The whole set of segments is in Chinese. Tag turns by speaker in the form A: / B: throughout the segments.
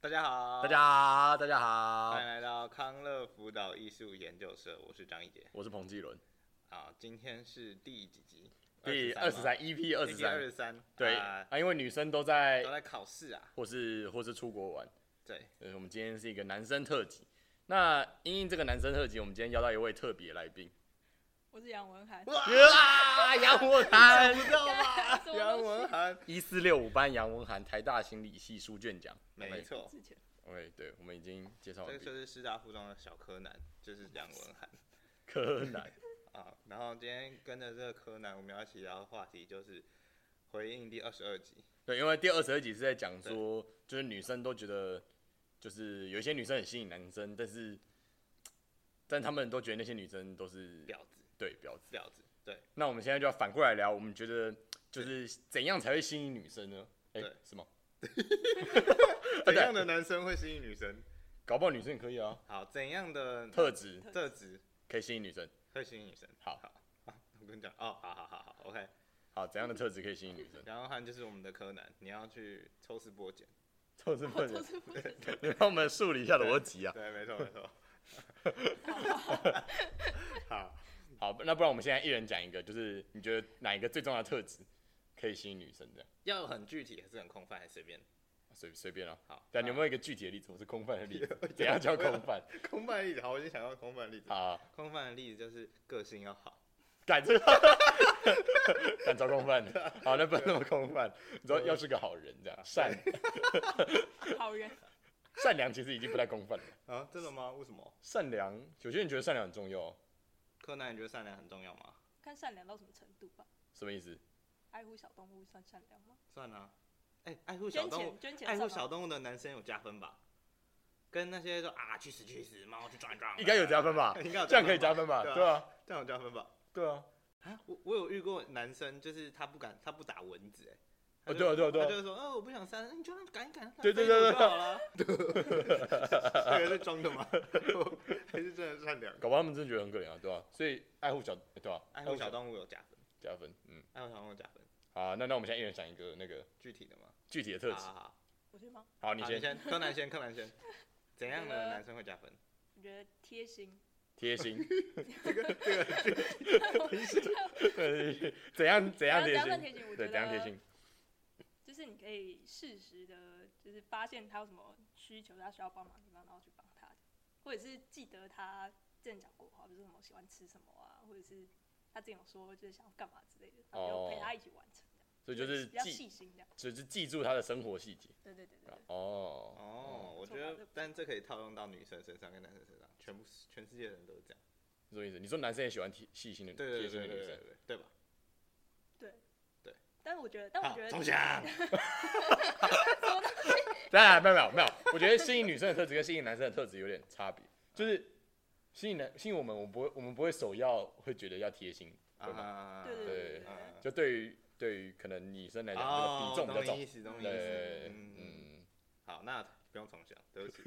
A: 大家好，
B: 大家好，大家好
A: 欢迎，来到康乐辅导艺术研究社，我是张一杰。
B: 我是彭继伦，
A: 好，今天是第几集？
B: 第二十三，EP 二十
A: 二十
B: 三，
A: 三。
B: 对
A: 啊
B: 啊，因为女生都在
A: 都在考试啊。
B: 或是或是出国玩，
A: 对，
B: 所以我们今天是一个男生特辑。那因应这个男生特辑，我们今天邀到一位特别来 宾，
C: 我是杨文涵。
A: 哇
B: 啊，杨文涵，
A: 知道吗？
C: 什么东西
A: 杨文涵，
B: 一四六五班杨文涵，台大心理系书卷奖，
A: 没错，
C: 之前
B: OK，对，我们已经介绍
A: 这
B: 完
A: 个
B: 毕
A: 就。是师大附中的小柯南，就是杨文涵
B: 柯南，
A: 啊。然后今天跟着这个柯南，我们要一起聊的话题就是回应第二十二集。
B: 对，因为第二十二集是在讲说，就是女生都觉得，就是有一些女生很吸引男生，但是，但他们都觉得那些女生都是
A: 婊子，
B: 对婊子。
A: 婊子，对，
B: 那我们现在就要反过来聊，我们觉得就是怎样才会吸引女生呢？哎、
A: 对
B: 什么？啊
A: 怎样的男生会吸引女生？
B: 搞不好女生也可以啊，
A: 好，怎样的
B: 特质
A: 特质
B: 可以吸引女生。
A: 会吸引女生？
B: 好
A: 好， 好我跟你讲，哦，好好好好，OK。
B: 好，怎样的特质可以吸引女生？
A: 然后还有就是我们的柯南，你要去抽丝剥茧。
B: 特
A: 哦
B: 质
C: 我
B: 不
C: 都
B: 能，
C: 是不知道
B: 你帮我们梳理一下逻辑啊。
A: 对，没错没 错。好，
B: 好，那不然我们现在一人讲一个，就是你觉得哪一个最重要的特质可以吸引女生这样？
A: 要很具体还是很空泛，还是随便？
B: 随随便啊。
A: 好，
B: 但你有没有一个具体的例子？我是空泛的例子， 怎样 叫空泛？
A: 空泛的例子？好，我已经想到空泛的例子。
B: 啊，
A: 空泛的例子就是个性要好，
B: 敢这个，敢找空泛的，好，那不能那么空泛，你知道要是个好人这样，善
C: 好人，
B: 善良其实已经不太空泛了。
A: 啊，真的吗？为什么？
B: 善良，有些人觉得善良很重要，哦
A: 柯南，你觉得善良很重要吗？
C: 看善良到什么程度吧。
B: 什么意思？
C: 爱护小动物算善良吗？
A: 算了、哎、爱护小
C: 捐
A: 动物
C: 钱，，捐钱
A: 爱
C: 算
A: 护
C: 吗？
A: 小动物的男生有加分吧？跟那些说啊去死去死，猫去撞一撞，
B: 应该有加分 吧？
A: 应该有
B: 这样可以加分吧？
A: 对啊
B: 对啊，
A: 这样有加分吧？
B: 对啊，
A: 啊，我我有遇过男生，就是他不敢，他不打蚊子、哎，他
B: 哦
A: 就
B: 对啊对啊对啊
A: 他就会说，哦，我不想删，你就让赶一赶，
B: 对对
A: 飞
B: 对对
A: 走就好了。 这个是装的吗？还是真的善良？
B: 搞不好他们真的觉得很可怜啊，对吧？所以爱护小，对吧？
A: 爱护小动物有加分，
B: 加分，嗯，
A: 爱护小动物有加分，
B: 好，那那我们现在一人讲一个那个
A: 具体的吗？
B: 具体的特质
A: 好。好好
C: 我觉得吗？
B: 好，
A: 你
B: 你先
A: 先，柯南先，柯南先，怎样的
C: 呃
A: 男生会加分？
C: 我觉得贴 心，
B: 贴心，对怎样怎
C: 怎
B: 样
C: 样怎
B: 贴
C: 样算
B: 心？
C: 贴心？我
B: 对，
C: 觉
B: 怎样贴
C: 得
B: 心？
C: 就是你可以适时的，就是发现他有什么需求，他需要帮忙的地方，然后去帮他，或者是记得他之前讲过话，比如说什么喜欢吃什么啊，或者是他之前有说就是想要干嘛之类的，然后
B: 哦
C: 就陪他一起完成
B: 所
C: 这样。
B: 以就是
C: 比较
B: 记，
C: 细心这样。
B: 就是记住他的生活细节。
C: 对对对对对。
B: 哦，
A: 哦，我觉
C: 嗯做法
A: 得
C: 就，
A: 但这可以套用到女生身上跟男生身上，全部全世界的人都是这样。
B: 什么意思？你说男生也喜欢贴细心的
A: 对对
B: 贴心
A: 对
B: 的
A: 对
B: 女
A: 对
B: 生？
A: 对，对吧？
C: 但是我觉得，但我
A: 好啊
C: 觉，得
A: 投降。
B: 当然没有没有没有，我觉得吸引女生的特质跟吸引男生的特质有点差别，就是吸引男吸引我们，我们不会我们不会首要会觉得要贴心，对吗？
A: 啊
C: 对对
B: 对
C: 对对
A: 啊
C: 对，
B: 就对于对于可能女生来讲，这个
A: 哦
B: 比重比较
A: 懂你
B: 重
A: 意。思，懂
B: 对
A: 你意
B: 对，
A: 思
B: 对。
A: 嗯，
B: 嗯。
A: 好，那不用重想，对不 起，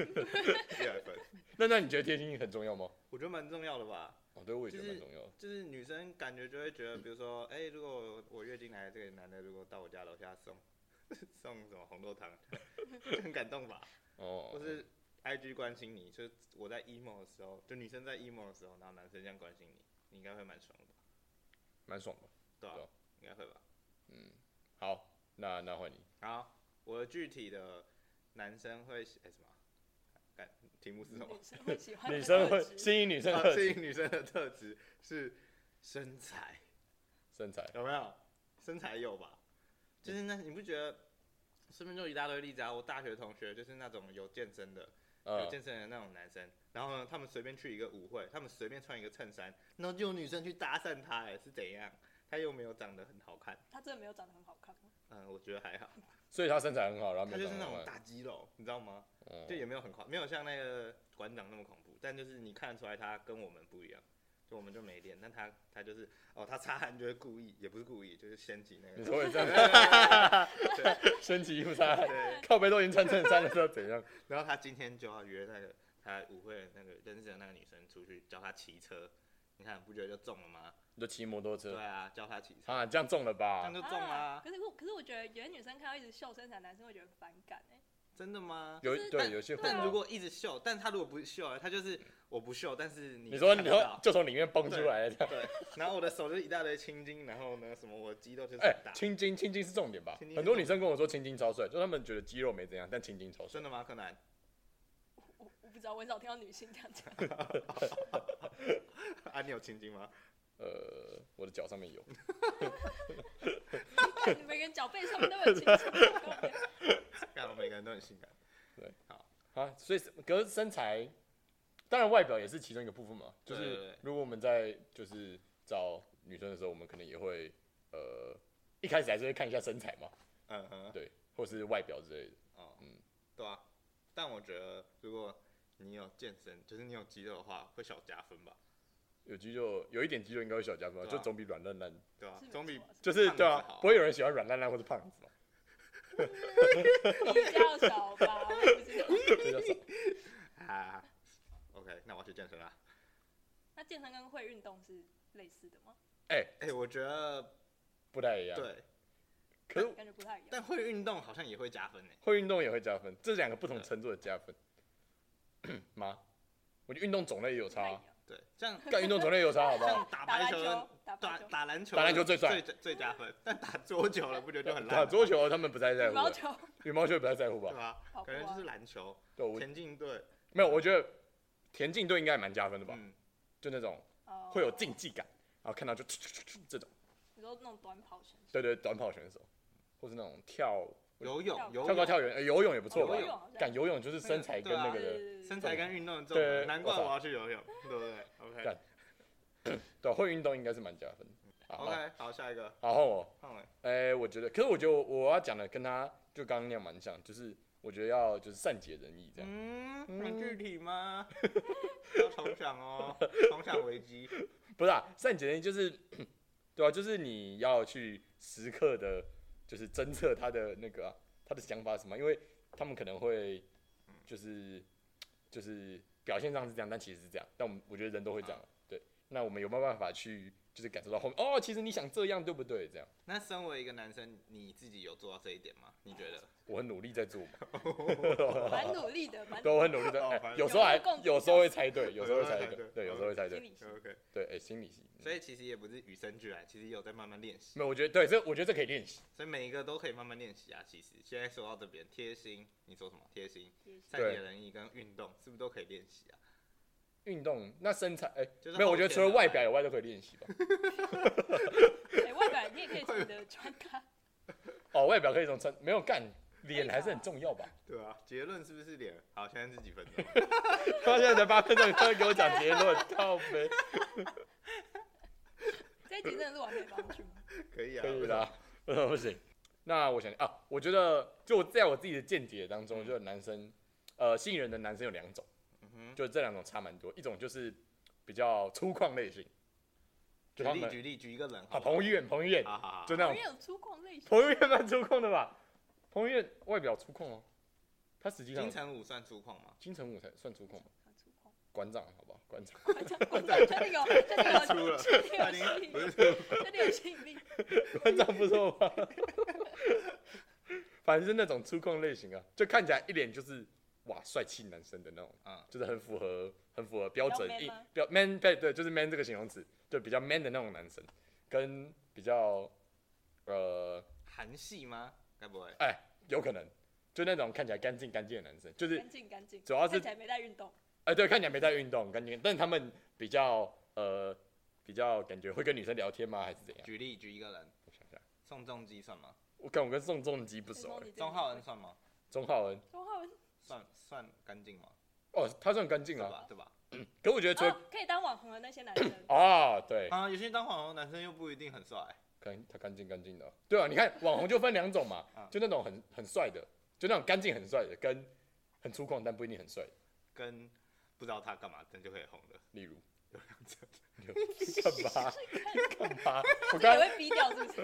A: 第二分，
B: 那那你觉得贴心很重要吗？
A: 我觉得蛮重要的吧。
B: 哦，对，我也觉得
A: 就是
B: 蛮重要的。
A: 就是女生感觉就会觉得，比如说，哎、如果我月经来，这个男的如果到我家楼下送 送什么红豆汤， 就很感动吧？
B: 哦，
A: 或是 IG 关心你，就是我在 emo 的时候，就女生在 emo 的时候，然后男生这样关心你，你应该会蛮爽的吧，
B: 蛮爽的。
A: 对吧、
B: 对啊
A: 应该会吧。
B: 嗯，好，那那换你。
A: 好，我的具体的男生会哎、什么？干题目是什么？
C: 女生会喜欢
B: 女生会
C: 特质
B: 吸引女生
A: 啊
B: 的特
A: 吸
B: 质
A: 引女生的特质是身材，
B: 身材，
A: 有没有？身材有吧？就是那你不觉得？身边就一大堆例子啊！我大学同学就是那种有健身的、有
B: 嗯，
A: 健身的那种男生，然后呢，他们随便去一个舞会，他们随便穿一个衬衫，然后就有女生去搭讪他、哎，是怎样？他又没有长得很好看，
C: 她真的没有长得很好看吗？
A: 嗯，我觉得还好。
B: 所以她身材很好，然后
A: 他
B: 没
A: 就
B: 有
A: 是
B: 长
A: 那
B: 得
A: 种
B: 好
A: 大肌肉，你知道吗？
B: 看，
A: 就
B: 对，
A: 也没有很夸，没有像那个馆长那么恐怖，但就是你看得出来他跟我们不一样，就我们就没练，但他他就是哦，他擦汗就会故意，也不是故意，就是掀起那
B: 你
A: 个。
B: 说会这样， 身体不差，
A: 对，
B: 靠背都已经穿衬衫了，知道怎样？
A: 然后他今天就要约那个他舞会的那个认识的那个女生出去，教他骑车，你看不觉得就中了吗？
B: 你就骑摩托
A: 对
B: 车
A: 啊，教他骑车，
B: 啊，这样中了
A: 这
B: 吧
C: 啊
A: 样？就中啦、啊
C: 可是我可是我觉得有些女生看到一直秀身材，男生会觉得很反感哎、
A: 真的吗？
B: 有
C: 就是
B: 对
A: 但
B: 有些会
C: 对啊
A: 但如
B: 吗？
A: 果一直秀，但他如果不秀，啊他就是我不秀，但是你
B: 你说
A: 看
B: 你
A: 不
B: 说
A: 到
B: 就从里面蹦出来的，
A: 对，然后我的手就一大堆青筋，然后呢什么我的肌肉就是
B: 哎
A: 很大，，
B: 青筋青筋是重点吧
A: 青筋？是
B: 很多女生跟我说青筋超帅，就她们觉得肌肉没怎样，但青筋超帅
A: 真。的吗？柯南，
C: 我我不知道，我很少听到女性这样讲。
A: 啊你有青筋吗？
B: 呃，我的脚上面有，
C: 你每个人脚背上面都有青 筋。
A: 让每个人都很性感，
B: 啊，所以是可是身材，当然外表也是其中一个部分嘛。就
A: 对对
B: 是
A: 对
B: 如果我们在就是找女生的时候，我们可能也会呃一开始还是会看一下身材嘛，
A: 嗯哼，
B: 对，或是外表之类的。
A: 哦，
B: 嗯
A: 嗯，对啊，但我觉得如果你有健身，就是你有肌肉的话，会小加分吧，
B: 有肌肉，有一点肌肉应该会小加分吧，
A: 对啊
B: 就总比软烂烂，
A: 对吧、
C: 是没
A: 总比
C: 错是
B: 就是
A: 胖
B: 对
A: 子
B: 啊
A: 好，
B: 不会有人喜欢软烂烂或者胖子嘛，
C: 啊比较少吧，我也不知道。
B: 比较少。
A: 啊，OK，那我要去健身啦。
C: 那健身跟会运动是类似的吗？
A: 哎、我觉得
B: 不太一样。，
A: 对，
B: 可是
C: 感觉不太一样。
A: 但会运动好像也会加分呢、欸
B: 会运动也会加分，这两个
A: 嗯
B: 不同程度的加分。吗？我觉得运动种类也有
C: 不太一
B: 差啊
C: 样，。
A: 对，像
B: 干运动种类也有差，好不好？
A: 像打
C: 打
A: 排
C: 篮
A: 球、
C: 球，打
A: 打
C: 排球，
A: 打篮球、
B: 打篮球最帅
A: 最最加分。但打桌球了，不觉得 就很烂
B: 打
A: 吗？
B: 啊桌球他们不太在
A: 啊
C: 羽
B: 乎
C: 毛
B: 了，
C: 球，
B: 羽毛球也不太在乎
A: 对
B: 吧？
A: 吧？
C: 跑步
A: 可能就
C: 啊
A: 是。篮球、
B: 对，我
A: 田径队，
B: 没有，我觉得田径队应该蛮加分的吧，
A: 嗯，
B: 就那种
C: 哦
B: 会有竞。技感，然后看到就 这种，
C: 你说那种短跑选手，
B: 对对，短跑选手，或是那种跳
A: 游
C: 跳
A: 泳、游
B: 跳高
A: 泳、
B: 跳远，呃游泳也不错吧
C: 哦游？泳好像
B: 干游泳就是身材跟那个
C: 对
B: 的，
C: 对对
A: 身
C: 对，
A: 材跟运动的重
B: 对
A: 合，难怪
B: 我操
A: 我要去游泳，对不对？OK
B: 干对，啊会运动应该是蛮加分的。好，
A: OK，好，下一个，
B: 然后我
A: 换我。
B: 哎、我觉得，可是我觉得我我要讲的跟他就刚刚那样蛮像，就是我觉得要就是善解人意这样。
A: 嗯，
B: 嗯
A: 很具体吗？ 要重想 哦，重想危机。
B: 不是啊，善解人意就是 对啊，就是你要去时刻的，就是侦测他的那个啊、他的想法是什么，因为他们可能会就是就是表现上是这样，但其实是这样。但我们我觉得人都会这样，
A: 啊
B: 对。那我们有没有办法去就是感受到后面哦，其实你想这样对不对？这样，
A: 那身为一个男生，你自己有做到这一点吗？你觉得？
B: 我很努力在做嘛，
C: 蛮努力的，蛮
B: 对，
C: 努
B: 我
C: 力
B: 很努力在，
A: 哦
B: 哎
A: 反正
B: 有时候还
C: 有共鸣
B: 有时候会猜对，有时候会
A: 有时候
B: 猜
A: 会猜
B: 对
A: 对，
B: 对，有时候会猜
C: 的
B: 对
C: 心。理学
A: OK，
B: 对，哎、心理系，嗯
A: 所以其实也不是与生俱来，其实也有在慢慢练习，
B: 没有，我觉得对，这我觉得这可以练习，
A: 所以每一个都可以慢慢练习啊。其实现在说到这边，贴心，你说什么？贴心、
C: 贴心
A: 善
B: 对
A: 解人意跟运动是不是都可以练习啊？
B: 运动那身材，哎、
A: 就是
B: 没有，我觉得除了外表以
A: 有
B: 外都可以练习 吧。
C: 哎，外表你也可以从你的穿搭，
B: 哦，外表可以从穿，没有干脸还是很重要 吧？
A: 对啊，结论是不是脸？好，现在是几分钟？
B: 他现在才八分钟，他就给我讲结 论，靠呗，
C: 这一集真的是完美帮去吗？
A: 可以啊，
B: 可以
A: 为什么
B: 啦，为什么不行？那我想啊，我觉得就在我自己的见解当中，
A: 嗯
B: 就是男生，呃，吸引人的男生有两种，
A: 嗯哼，
B: 就这两种差蛮多，一种就是比较粗犷类型，
A: 举
B: 就他
A: 例
B: 们
A: 举例举一个人
B: 啊，
A: 好不好，
B: 彭于晏，彭于晏，
A: 好好好，
B: 就那
C: 我
B: 种
C: 也有粗犷类型，
B: 彭于晏蛮粗犷的吧？彭于晏外表粗犷哦，他实际上
A: 金城武算粗犷吗？
B: 金城武才算粗犷吧？
C: 很粗犷。
B: 馆长，好不好？馆长，
C: 馆长，馆长确定有，确定有，
A: 粗了
C: 确定
A: 他
C: 有
A: 已
C: 吸
A: 经
C: 引
A: 不
C: 力，
A: 是
C: 确定有吸引力。
B: 馆长不错吧？ 反正是那种粗犷类型啊，就看起来一脸就是哇帅气男生的那种，
A: 嗯
B: 就是很符合很符合标准
C: 比
B: 一
C: 较 man 吗
B: 标 man 对对，就是 man 这个形容词，就比较 man 的那种男生，跟比较呃
A: 韩系吗？该不会？
B: 哎有可能就那种看起来干净干净的男生，就是
C: 干净干净，
B: 主要是
C: 看起来没在运动，
B: 哎、对，看起来没在运动，感觉，但他们比较呃，比较感觉会跟女生聊天吗？还是怎样？
A: 举例举一个人，
B: 我想想，
A: 宋仲基算吗？
B: 我看我跟宋仲基不熟、
C: 所以
B: 哎
C: 说
B: 欸
C: 你，这
A: 钟
C: 个
A: 浩恩，算吗？
B: 钟浩恩
C: 钟浩文
A: 算算干净吗？
B: 哦，他算干净
A: 对
B: 啊，
A: 吧？对吧？
B: 可我觉得除了
C: 哦，可以当网红的那些男生，
B: 啊、对，
A: 啊，有些当网红的男生又不一定很帅，
B: 看他干净干净的，对啊，你看网红就分两种嘛
A: 啊，
B: 就那种很很帅的，就那种干净很帅的，跟很粗犷但不一定很帅的，
A: 跟不知道他干嘛，但就可以红的。
B: 例如
A: 有两种，
B: 干 嘛干嘛，我
C: 这
B: 刚
C: 也会逼掉是 不是？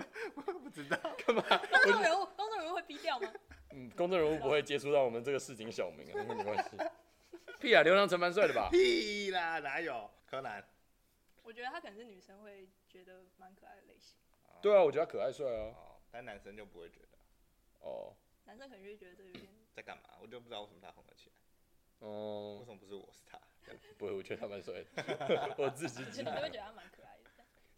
A: 不知道。
B: 干嘛，
C: 公众人物，公众人物会逼掉吗？
B: 嗯，公众人物不会接触到我们这个市井小民啊，没关系， 屁啊，刘浪成蛮帅的吧？
A: 屁啦，哪有？柯南。
C: 我觉得他可能是女生会觉得蛮可爱的类型，
B: 对啊，我觉得他可爱帅啊。
A: 哦，但男生就不会觉得。
B: 哦，
C: 男生可能就会觉得这有点
A: 在干嘛，我就不知道为什么他红了起来，为
B: 哦，
A: 什么不是我是他？这样
B: 不会，我觉得他蛮帅的， 我自己
C: 你
B: 记。
C: 会觉得他蛮可爱的。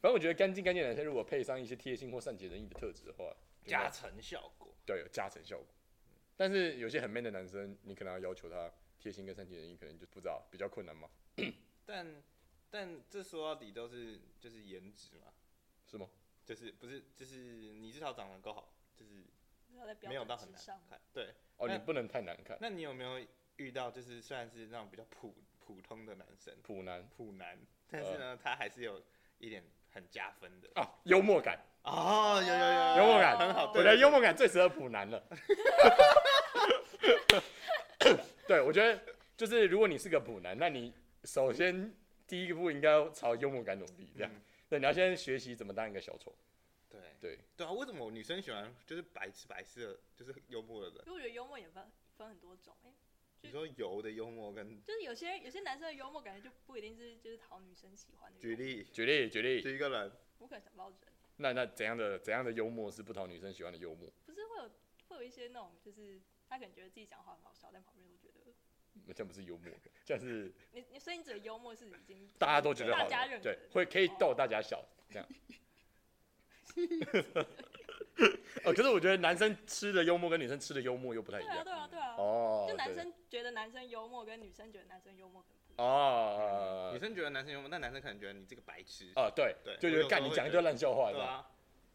B: 反正我觉得干净干净的男生，如果配上一些贴心或善解人意的特质的话，
A: 加成效果，
B: 对有加成效果。嗯但是有些很 man 的男生，你可能要要求他贴心跟善解人意，可能就不知道比较困难嘛，
A: 但但这说到底都是就是颜值嘛，
B: 是吗？
A: 就是不是就是你至少长得够好，就是
C: 不知道在标
A: 没有到很
C: 准之
A: 难
C: 上吗，
A: 看，对。
B: 哦，
A: 那
B: 你不能太难看，
A: 那你有没有遇到就是虽然是那种比较普普通的男生，
B: 普男
A: 普男，呃但是呢，他还是有一点很加分的
B: 啊，幽默感，
A: 哦，有有有
B: 幽默感
A: 很好，
C: 哦
B: 我
A: 对
B: 的幽默感最适合普男了。对，我觉得就是如果你是个普男，那你首先第一步应该要朝幽默感努力，这样。
A: 嗯
B: 对，你要先学习怎么当一个小丑。
A: 对
B: 对，
A: 对啊，为什么女生喜欢就是白痴白痴的，就是幽默的人？
C: 因为我觉得幽默也分分很多种，哎、
A: 你说油的幽默跟
C: 就是有些有些男生的幽默感觉就不一定是就是讨女生喜欢的。
A: 举，例，
B: 举例举例，
A: 举一个人，
C: 我可能想不到人，
B: 那那怎样的怎样的幽默是不讨女生喜欢的幽默？
C: 不是会有会有一些那种就是他可能觉得自己讲话很好笑，但旁边都觉得
B: 那这样不是幽默，这样是
C: 你你所以你指的幽默是已经
B: 大家都觉得好
C: 大家
B: 的，
C: 认
B: 对
C: 可，哦
B: 会可以逗大家笑这 样。哦，可是我觉得男生吃的幽默跟女生吃的幽默又不太一
C: 对啊
B: 样。
C: 对啊对啊，
B: 哦，
C: 就男
B: 对
C: 生觉得男生幽默跟女生觉得男生幽默可能不一样。
B: 哦
A: 女，生觉得男生幽默，但男生可能觉得你这个白痴，
B: 啊，对，
A: 嗯对
B: 就觉得干你讲一堆烂笑话，
A: 对
B: 这样
A: 啊，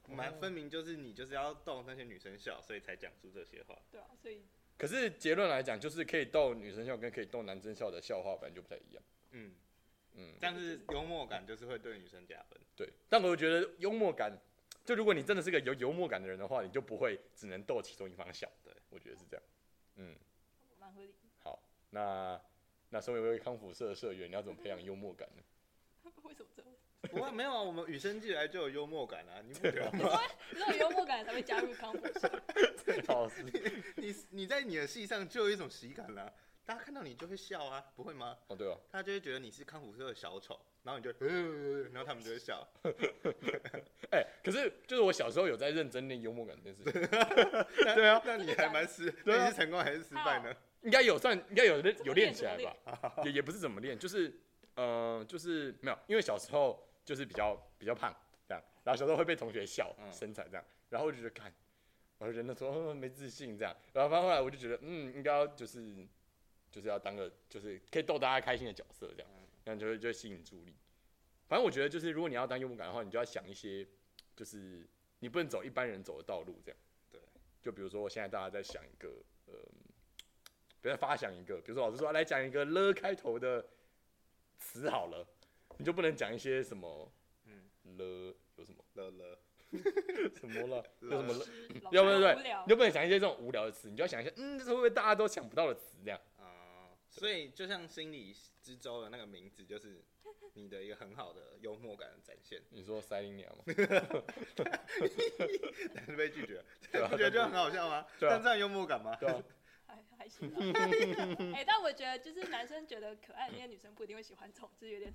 A: 蛮分明就是你就是要逗那些女生笑，所以才讲出这些话。
C: 对啊，所以
B: 可是结论来讲，就是可以逗女生笑跟可以逗男生笑的笑话，反正就不太一样。
A: 嗯，
B: 嗯，
A: 但是幽默感就是会对女生加分。
B: 对。但我觉得幽默感，就如果你真的是个有幽默感的人的话，你就不会只能逗其中一方笑。
A: 对，
B: 我觉得是这样。嗯，
C: 蛮合理的。
B: 好，那那身为一位康复社的社员，你要怎么培养幽默感呢？
C: 为什么这样？
A: 不过没有啊，我们与生俱来就有幽默感啊，你不觉得吗？
C: 这种幽默感才会加入康复 社。
B: 老师，
A: 你你在你的戏上就有一种喜感啦、大家看到你就会笑啊，不会吗？
B: 哦对哦，
A: 他就会觉得你是康复社的小丑，然后你就，呃然后他们就会笑。
B: 哎、可是就是我小时候有在认真练幽默感这件事情，
A: 对啊，那你还蛮失，
B: 对啊
A: 那你是成功还是失败呢？
B: 应该有算，应该有练
C: 怎么
B: 有
C: 练
B: 练起
C: 怎么
B: 来吧， 也也不是怎么练，就是呃，就是没有，因为小时候就是比较比较胖这样，然后小时候会被同学笑、
A: 嗯
B: 身材这样，然后我就觉得嗯看，我就觉得那时候呃没自信这样，然后反正后来我就觉得嗯，应该要就是就是要当个就是可以逗大家开心的角色这样
A: 嗯，
B: 这样就会就会吸引注意力。反正我觉得就是如果你要当幽默感的话，你就要想一些就是你不能走一般人走的道路这样。
A: 对，
B: 就比如说现在大家在想一个呃。比如发想一个，比如说老师说来讲一个了开头的词好了，你就不能讲一些什么
A: 嗯，
B: 了有什么
A: 乐乐，
B: 什么了，有
A: 了
B: 什么了，
C: 老
B: 要不然对
C: 无聊
B: 你就不能讲一些这种无聊的词，你就要想一些嗯，这会不会大家都想不到的词这样？
A: 啊、所以就像心理之舟的那个名字，就是你的一个很好的幽默感的展现。
B: 你说塞林鸟吗？
A: 但是被拒绝，
B: 对啊
A: 不觉得就很好笑吗？
B: 对啊
A: 但这样幽默感吗？
B: 对啊，
C: 还还行 吧。哎、但我觉得就是男生觉得可爱，那些女生不一定会喜欢这种，就是有点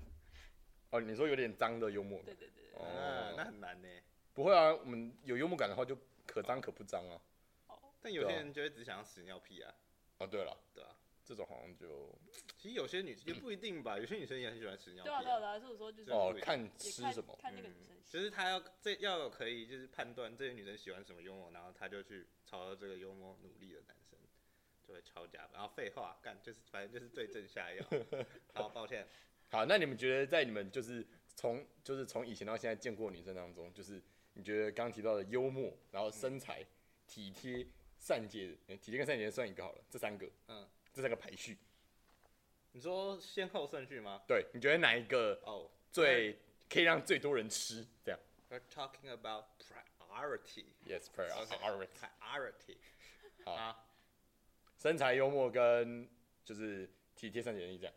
B: 哦，你说有点脏的幽默感，
C: 对对 对对。
B: 哦
A: 啊，那很难呢。
B: 不会啊，我们有幽默感的话就可脏可不脏啊。
C: 哦，
A: 但有
B: 对
A: 些
B: 啊
A: 人就会只想要屎尿屁啊，
B: 哦，对了，
A: 对啊。
B: 这种好像就
A: 其实有些女也不一定吧，有些女生也很喜欢屎尿屁
C: 对
A: 啊、
C: 啊对啊对啊，所以我说就是
A: 对啊
B: 哦
A: 对
B: 看
C: 也
B: 吃
C: 看
B: 什么，
C: 看那
A: 嗯
C: 个女生喜
A: 就是他要这要有可以就是判断这些女生喜欢什么幽默，然后他就去朝着这个幽默努力的男生，就会超加分。然后废话，干就是反正就是对症下 药。好，抱歉，
B: 好，那你们觉得在你们就是从就是从以前到现在见过的女生当中，就是你觉得刚提到的幽默，然后身材、体贴、善解，呃体贴跟善解算一个好了，这三个，
A: 嗯，
B: 这三个排序，
A: 你说先后顺序吗？
B: 对，你觉得哪一个
A: 哦、
B: 最可以让最多人吃？这样
A: w e r e talking about priority。
B: ，yes priority，
A: priority。
B: 好
A: 啊，
B: 身材幽默跟就是体贴善解人意这样，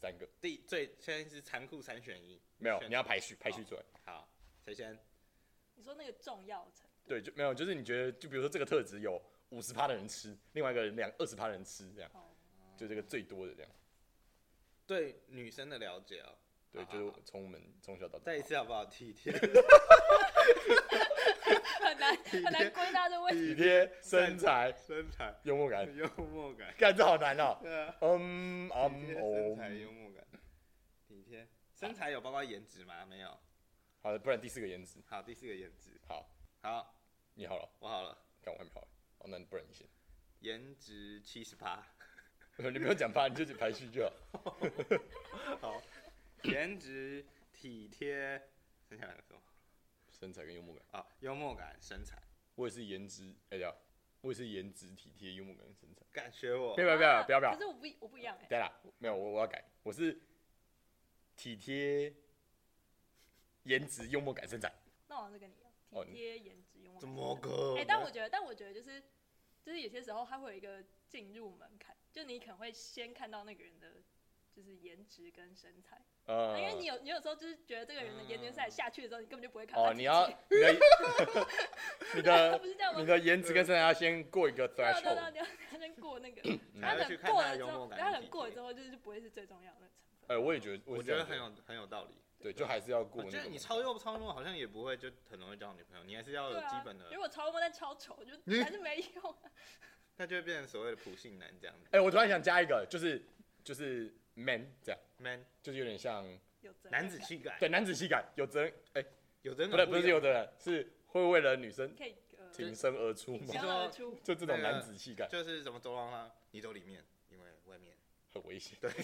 B: 三个
A: 第最现在是残酷三选一，
B: 没有，
A: 选
B: 你要排序排序出来，
A: 好，谁先？
C: 欢你说那个重要程度，
B: 对，就没有，就是你觉得就比如说这个特质有五十趴的人吃，另外一个人两二十趴人吃这样，
C: 哦，
A: 嗯
B: 就这个最多的这样。
A: 对女生的了解哦，
B: 对，
A: 好
B: 就
A: 好
B: 是
A: 好
B: 从我们从小到大
A: 再一。次好不好？体贴。
C: 很难很难归纳这问题。
B: 体贴、身材、
A: 身材、
B: 幽默感，
A: 幽默感，
B: 干这好难哦。
A: 对 啊，
B: 嗯
A: 体
B: 嗯
A: 贴身材、
B: 哦，
A: 幽默感，体贴。身材有包括颜值吗？没有。
B: 好的，不然第四个颜值，
A: 好，第四个颜值。
B: 好，
A: 好，
B: 你好了，
A: 我好了，
B: 干我还没好，好，那不然你先，
A: 颜值七十八。
B: 你不用讲吧，你就只排序就好。
A: 好，颜值、体贴，剩下两个是什么？
B: 身材跟幽默感，
A: 啊，幽默感、身材。
B: 我也是颜值，哎呀，我也是颜值、体贴、幽默感、身材。
A: 敢学我
B: 不？要不要不要不要
C: 可是我不一我不一样哎、
B: 对啦，没有我我要改，我是体贴、颜值、幽默感、身材。
C: 那我好像是跟你一样，
B: 哦
C: 体贴、颜值、幽默感。
A: 怎么个？
C: 哎、但我觉得，但我觉得就是，就是有些时候它会有一个进入门槛，就你可能会先看到那个人的就是颜值跟身材，
B: 呃
C: 那，啊因为你有你有时候就是觉得这个人的颜值身材下去的时候，你根本就不会看到他
B: 嗯哦，
C: 自
B: 你
C: 己
B: 要 你的 你的
C: 不是这样吗
B: 你？的颜值跟身材要先过一个
C: 对啊对
B: threshold
C: 啊对
B: 嗯
C: 啊，。你要他先过那 个，
A: 才
C: 他
A: 会
C: 可
A: 去
C: 能
A: 看他
C: 过了
A: 的
C: 之
A: 幽
C: 后，
A: 默
C: 他
A: 感。
C: 可
A: 体
C: 能过了
A: 贴
C: 之后就是就不会是最重要的那个成分。
B: 呃，我也觉得，
A: 我
B: 是这
A: 觉得
B: 样
A: 很有很有道理。
B: 对，就还是要过
A: 我
B: 那
A: 觉
B: 个
A: 得你
B: 门
A: 超幽超幽默，好像也不会就很容易交女朋友，你还是要有
C: 对
A: 呃基
C: 啊
A: 本的，，
C: 如果超幽默但超丑，就
A: 嗯
C: 还是没用。啊
A: 那就会变成所谓的普信男这样子。
B: 哎，我突然想加一个，就是就是 man 这样，
A: man
B: 就是有点像
C: 有责任
A: 男子
C: 感
A: 气概，
B: 对男子气概，有责任，哎，
A: 有的人
B: 不对，
A: 很
B: 不是
A: 一样
B: 有责任，是会为了女生
C: 可以呃，
B: 挺身而出
C: 挺
A: 你，
B: 嘛
C: 身
A: 说
C: 而出。
B: 就这种
A: 那个
B: 男子气概
A: 就是什么走廊上你走里面，因为外面
B: 很危险。
A: 对，叫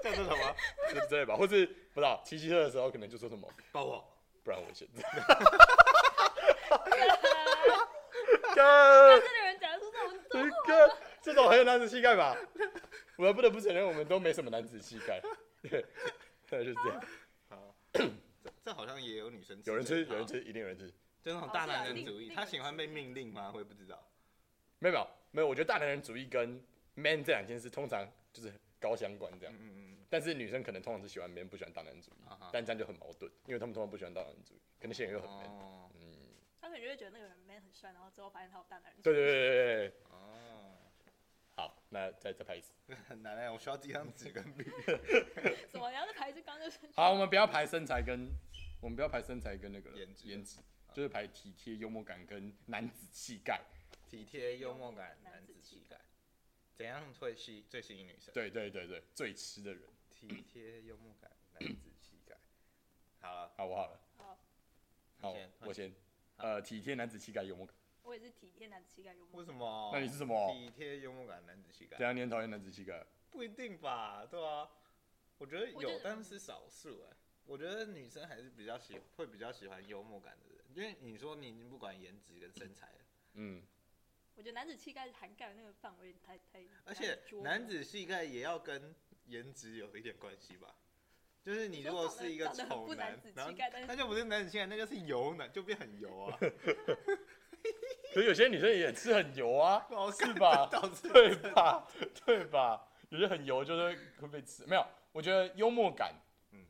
A: 这什么？
B: 是这类吧，或是不知道骑机车的时候可能就说什么，
A: 抱我，
B: 不然我 先。
C: 但
B: 干
C: 是那个人讲啊出这种这种
B: 干，这种很有男子气概吧？我们不得不承认，我们都没什么男子气概。对，就是这样。
A: 好，这这好像也有女生，
B: 有人吃，有人，吃，一定有人吃。
A: 啊就那种
C: 哦
A: 大
C: 是啊
A: 男人
C: 另
A: 主义，
C: 另
A: 他
C: 一个
A: 喜欢
C: 吃
A: 被命令吗？我也不知道。
B: 没有没有没有，我觉得大男人主义跟 man 这两件事通常就是高相关这样
A: 嗯，嗯
B: 但是女生可能通常是喜欢 man，不喜欢大男人主义
A: 嗯，，啊哈
B: 但这样就很矛盾，因为他们通常不喜欢大男人主义，可能显然又很 man。
A: 哦
B: 嗯，
C: 他可能就会觉得那个人 man 很帅，然后之后发现他有大男人。
B: 对对对对对对。
A: 哦，
B: 好，那再再拍一次。
A: 很难哎，我需要几张纸跟笔。
C: 怎么？然后那牌子刚就是
B: 好，我们不要排身材跟，我们不要排身材跟那个了
A: 颜值啊
B: 颜值就是排体贴、幽默感跟男子气概。
A: 体贴、幽默感、
C: 男
A: 男
C: 子
A: 子
C: 气
A: 气概，怎样会吸最吸引女生？
B: 对对对对，最吃的人，
A: 体贴、幽默感、男子气概。好了，
B: 好，我好了，
C: 好，
B: 好
A: 你先，
B: 我先。呃，体贴、男子气概、幽默感。
C: 我也是体贴男子气概幽默
A: 为。什么？
B: 那你是什么
A: 体贴、幽默感、男子气哦
B: 怎
A: 概？
B: 样？你很讨厌男子气概？
A: 不一定吧？对啊，我觉得
C: 我觉
A: 有，
C: 得
A: 但是少数哎。我觉得女生还是比较喜，会比较喜欢幽默感的人，因为你说你已经不管颜值跟身材了，
B: 嗯，
C: 我觉得男子气概涵盖的那个范围太太，
A: 而
C: 哎
A: 且男子气概也要跟颜值有一点关系吧？就是你如果是一个
C: 长得很
A: 丑
C: 不
A: 男
C: 男子，
A: 然后
C: 气概，但
A: 那
C: 是
A: 就不是男子气概，那就是油男，就变很油啊，
B: 可是有些女生也吃很油 啊，
A: 哦
B: 是吧？
A: 导致
B: 对吧？对吧？有些很油就是会被吃。没有，我觉得幽默感，嗯
A: 嗯，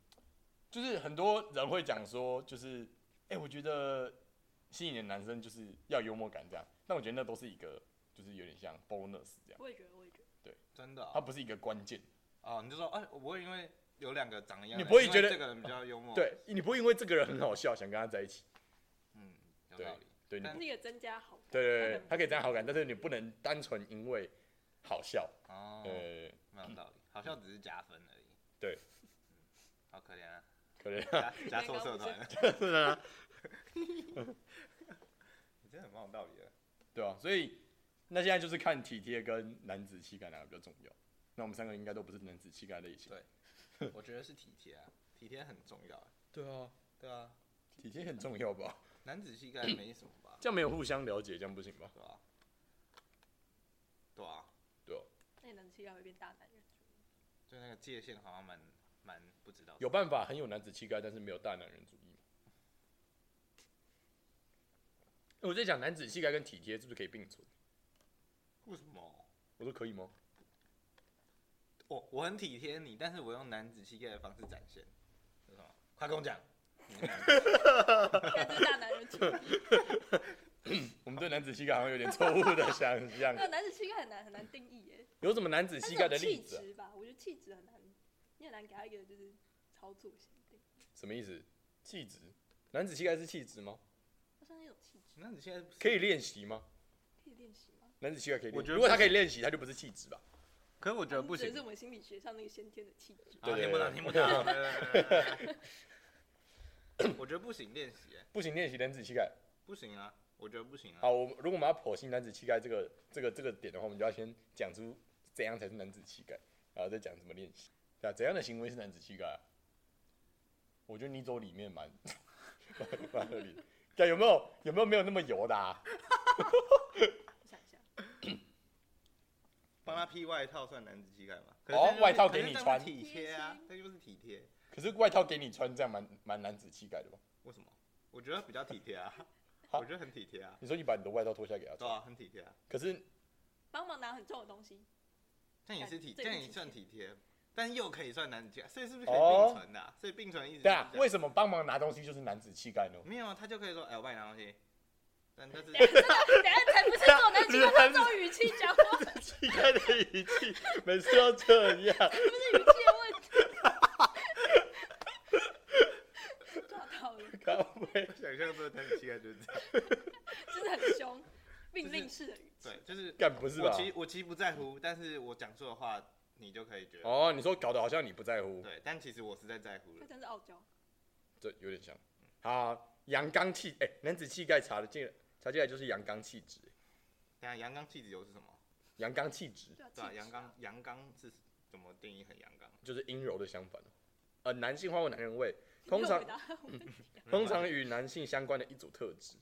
B: 就是很多人会讲说，就是，哎、我觉得吸引的男生就是要幽默感这样，但我觉得那都是一个，就是有点像 bonus 这样，
C: 我也觉得，我也觉得，
A: 真的
B: 它
A: 哦
B: 不是一个关键。
A: 哦，你就说哎，我不会因为有两个长一样的，
B: 你不会
A: 因为
B: 觉得
A: 这个人比较幽默，，
B: 对，你不会因为这个人很好笑想跟他在一起，
A: 嗯，有
B: 对
A: 道理，
B: 对，你
A: 但
B: 不
C: 那个增加好感。
B: 对哦对对
C: 嗯，
B: 他可以增加好感，但是你不能单纯因为好笑，
A: 哦，
B: 呃，
A: 没有道理，好像只是加分而已，
B: 对
A: 嗯，好可怜啊，
B: 可能
A: 加加错社团了，
B: 是啊。
A: 你真的很蛮有道理的，
B: 对啊，所以那现在就是看体贴跟男子气概哪个比较重要。那我们三个应该都不是男子气概类型。
A: 对 我觉得是体贴啊，体贴很重要，
B: 对啊，
A: 对啊，
B: 体贴很重要吧？
A: 男子气概没什么吧，
B: 这样没有互相了解，这样不行吧？
A: 对吧？对啊，
C: 那个男子气概会变大男人。
A: 就那个界限好像蛮蛮不知道的，
B: 有办法很有男子气概，但是没有大男人主义吗？我在讲男子气概跟体贴是不是可以并存？
A: 为什么？
B: 我说可以吗？
A: 我我很体贴你，但是我用男子气概的方式展现，是什么？快跟我讲，
C: 但是大男人主义，
B: 我们对男子气概好像有点错误的想象
C: 那。个男子气概很难很难定义耶。
B: 有什么男子
C: 但
B: 气
C: 是
B: 概
C: 有
B: 的例
C: 气
B: 子啊、
C: 质吧，我觉得气质很难，你很难给他一个就是操作性定义。
B: 什么意思？气质？男子气概是气质吗？
C: 他像是一种气质，
A: 那你现在不是
B: 可以练习吗？
C: 可以练习吗？
B: 男子气概可以练习，
A: 我觉得
B: 如果他可以练习，他就不是气质吧？
A: 可是我觉得不
C: 这
A: 行
C: 只是。我们心理学上那个先天的气质。
A: 啊，
B: 对
A: 听不懂，
B: 对
A: 听不懂。对对对 我觉得不行练习，哎
B: 不行，练习男子气概。
A: 不行啊，我觉得不行啊。
B: 好，我们如果我们要剖析男子气概这个这个这个点的话，我们就要先讲出怎样才是男子气概，然后再讲怎么练习。对啊，怎样的行为是男子气概、啊？我觉得你走里面蛮 蛮合理的。对，有没有有没有没有那么油的、啊？
C: 我想一下，
A: 帮他披外套算男子气概吗？可是
B: 哦
A: 这就是
B: 外套
A: 可
B: 给
A: 是
B: 你
A: 这样
B: 穿
A: 是体贴啊，这就是体贴。
B: 可是外套给你穿，这样蛮蛮男子气概的吧？
A: 为什么？我觉得比较体贴啊，
B: 好
A: 我觉得很体贴啊，
B: 你说你把你的外套脱下来给他
A: 对
B: 穿，
A: 啊，很体贴啊。
B: 可是
C: 帮忙拿很重的 东西，
A: 这样也是体，
C: 这
A: 这
C: 个
A: 样也
C: 体
A: 算
C: 贴
A: 体贴，但又可以算男子气概，所以是不是可以
B: 哦
A: 并存的啊？所以并存一直
B: 对啊，
A: 是这样
B: 为什么帮忙拿东西就是男子气概呢？
A: 没有啊？他就可以说，哎，我帮你拿东西， 但但是
C: 等一下这个，等一下才不是这 种男气概，他这种语气讲话
B: 气概的语气每次都这样，
C: 不是语气的 问题。 抓到了，
B: 靠背
A: 我想象中的男子气概就是这样。
C: 就是很凶，命令式的语气。
A: 对，就是
B: 干不是吧
A: 我？其我其实不在乎，但是我讲错的话，你就可以觉得
B: 哦，你说搞得好像你不在乎，
A: 对，但其实我是在在乎
C: 他
A: 的。
C: 真是傲娇，
B: 这有点像。好，阳刚气，哎、男子气概查的进来，查进来就是阳刚气质，
A: 等一下阳刚气质又是什么？
B: 阳刚气质
C: 对啊，
A: 对啊，
C: 气质
A: 阳刚阳刚是怎么定义很阳刚？
B: 就是阴柔的相反。呃，男性化或男人味，
C: 你
B: 通
C: 没有
B: 常
C: 回 答啊我
A: 嗯
C: 问题
B: 通常与男性相关的一组特质。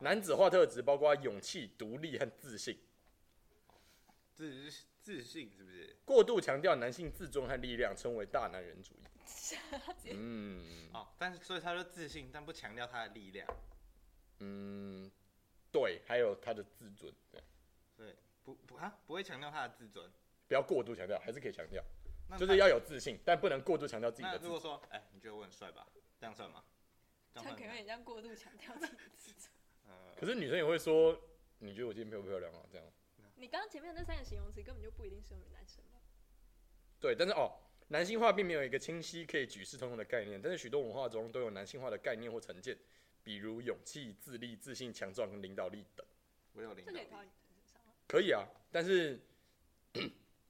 B: 男子化特质包括勇气、独立和自信，
A: 自自信是不是？
B: 过度强调男性自尊和力量，称为大男人主义。嗯
A: 哦，但是所以他说自信，但不强调他的力量，
B: 嗯，对，还有他的自尊，对，
A: 对，不不啊，不会强调他的自尊。
B: 不要过度强调，还是可以强调，
A: 那
B: 就
A: 他
B: 是要有自信，但不能过度强调自己
A: 那
B: 的自
A: 如
B: 尊
A: 果。说，哎、你觉得我很帅吧？这样算吗？这
C: 他
A: 样
C: 可能
A: 算
C: 有
A: 吗？
C: 点像过度强调自己的自尊。
A: 呃，
B: 可是女生也会说，你觉得我今天漂不漂亮啊？这样。
C: 你刚刚前面那三个形容词根本就不一定适用于男生吧？
B: 对，但是哦，男性化并没有一个清晰可以举世通用的概念，但是许多文化中都有男性化的概念或成见，比如勇气、自立、自信、强壮跟领导力等。
A: 我有领
C: 这
A: 导
C: 可以套到
A: 力，
C: 女生身上吗？
B: 可以啊，但是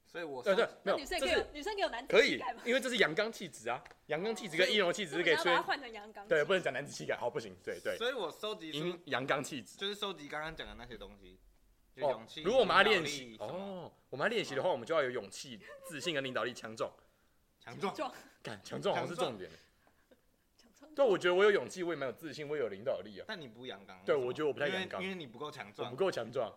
A: 所以我
B: 对对
A: 收，
B: 没有，
C: 女生
B: 这
C: 也可以啊
B: 是
C: 有女生也有男
B: 可
C: 子气
B: 以
C: 概吗？，
B: 因为这是阳刚气质啊，阳刚气质跟阴柔气质是可以
C: 要把它
B: 吹，
C: 换成阳刚。
B: 对，不能讲男子气概，好，不行，对对，
A: 所以我收集出
B: 阴阳刚气质。
A: 就是收集刚刚讲的那些东西，就
B: 哦
A: 勇气、
B: 如果我们要
A: 领导
B: 练
A: 力
B: 习
A: 什么
B: 哦，我们要练习的话，我们就要有勇气、自信跟领导力，强壮。
A: 强壮，
C: 壮
B: 干强壮好像是
A: 强壮
B: 重点。
C: 强壮。
B: 对，我觉得我有勇气，我也蛮有自信，我也有领导力啊。
A: 但你不阳刚。
B: 对
A: 为什么
B: 我觉得我不太
A: 因为
B: 阳刚
A: 因为你不够强
B: 我
A: 壮
B: 不。够强壮。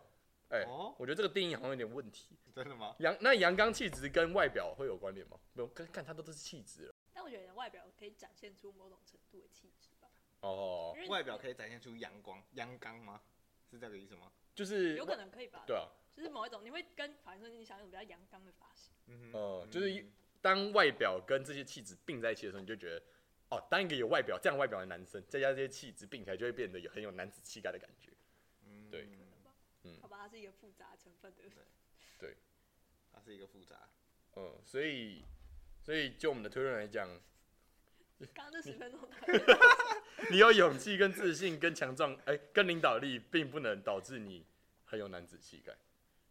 B: 哎、
A: 哦，
B: 我觉得这个定义好像有点问题。
A: 真的吗？
B: 阳那阳刚气质跟外表会有关联吗？没有，看看它都是气质了。
C: 但我觉得外表可以展现出某种程度的气质吧，
B: 哦，
C: 因为
A: 外表可以展现出阳光、阳刚吗？是这个意思吗？
B: 就是
C: 有可能可以吧，
B: 对啊，
C: 就是某一种你会跟反正说你想要一种比较阳刚的发型，
A: 嗯哼
B: 呃
A: 嗯
B: 就是一当外表跟这些气质并在一起的时候，你就觉得哦，当一个有外表这样外表的男生，再加上这些气质并起来，就会变得有很有男子气概的感觉。
A: 嗯
B: 对
C: 可能吧，
B: 嗯
C: 好吧，它是一个复杂成 分的，
A: 它是一个复杂。
B: 嗯，所以所以就我们的推论来讲，
C: 刚刚这十分 钟到底
B: 你有勇气、跟自信、跟强壮，哎、跟领导力，并不能导致你很有男子气概。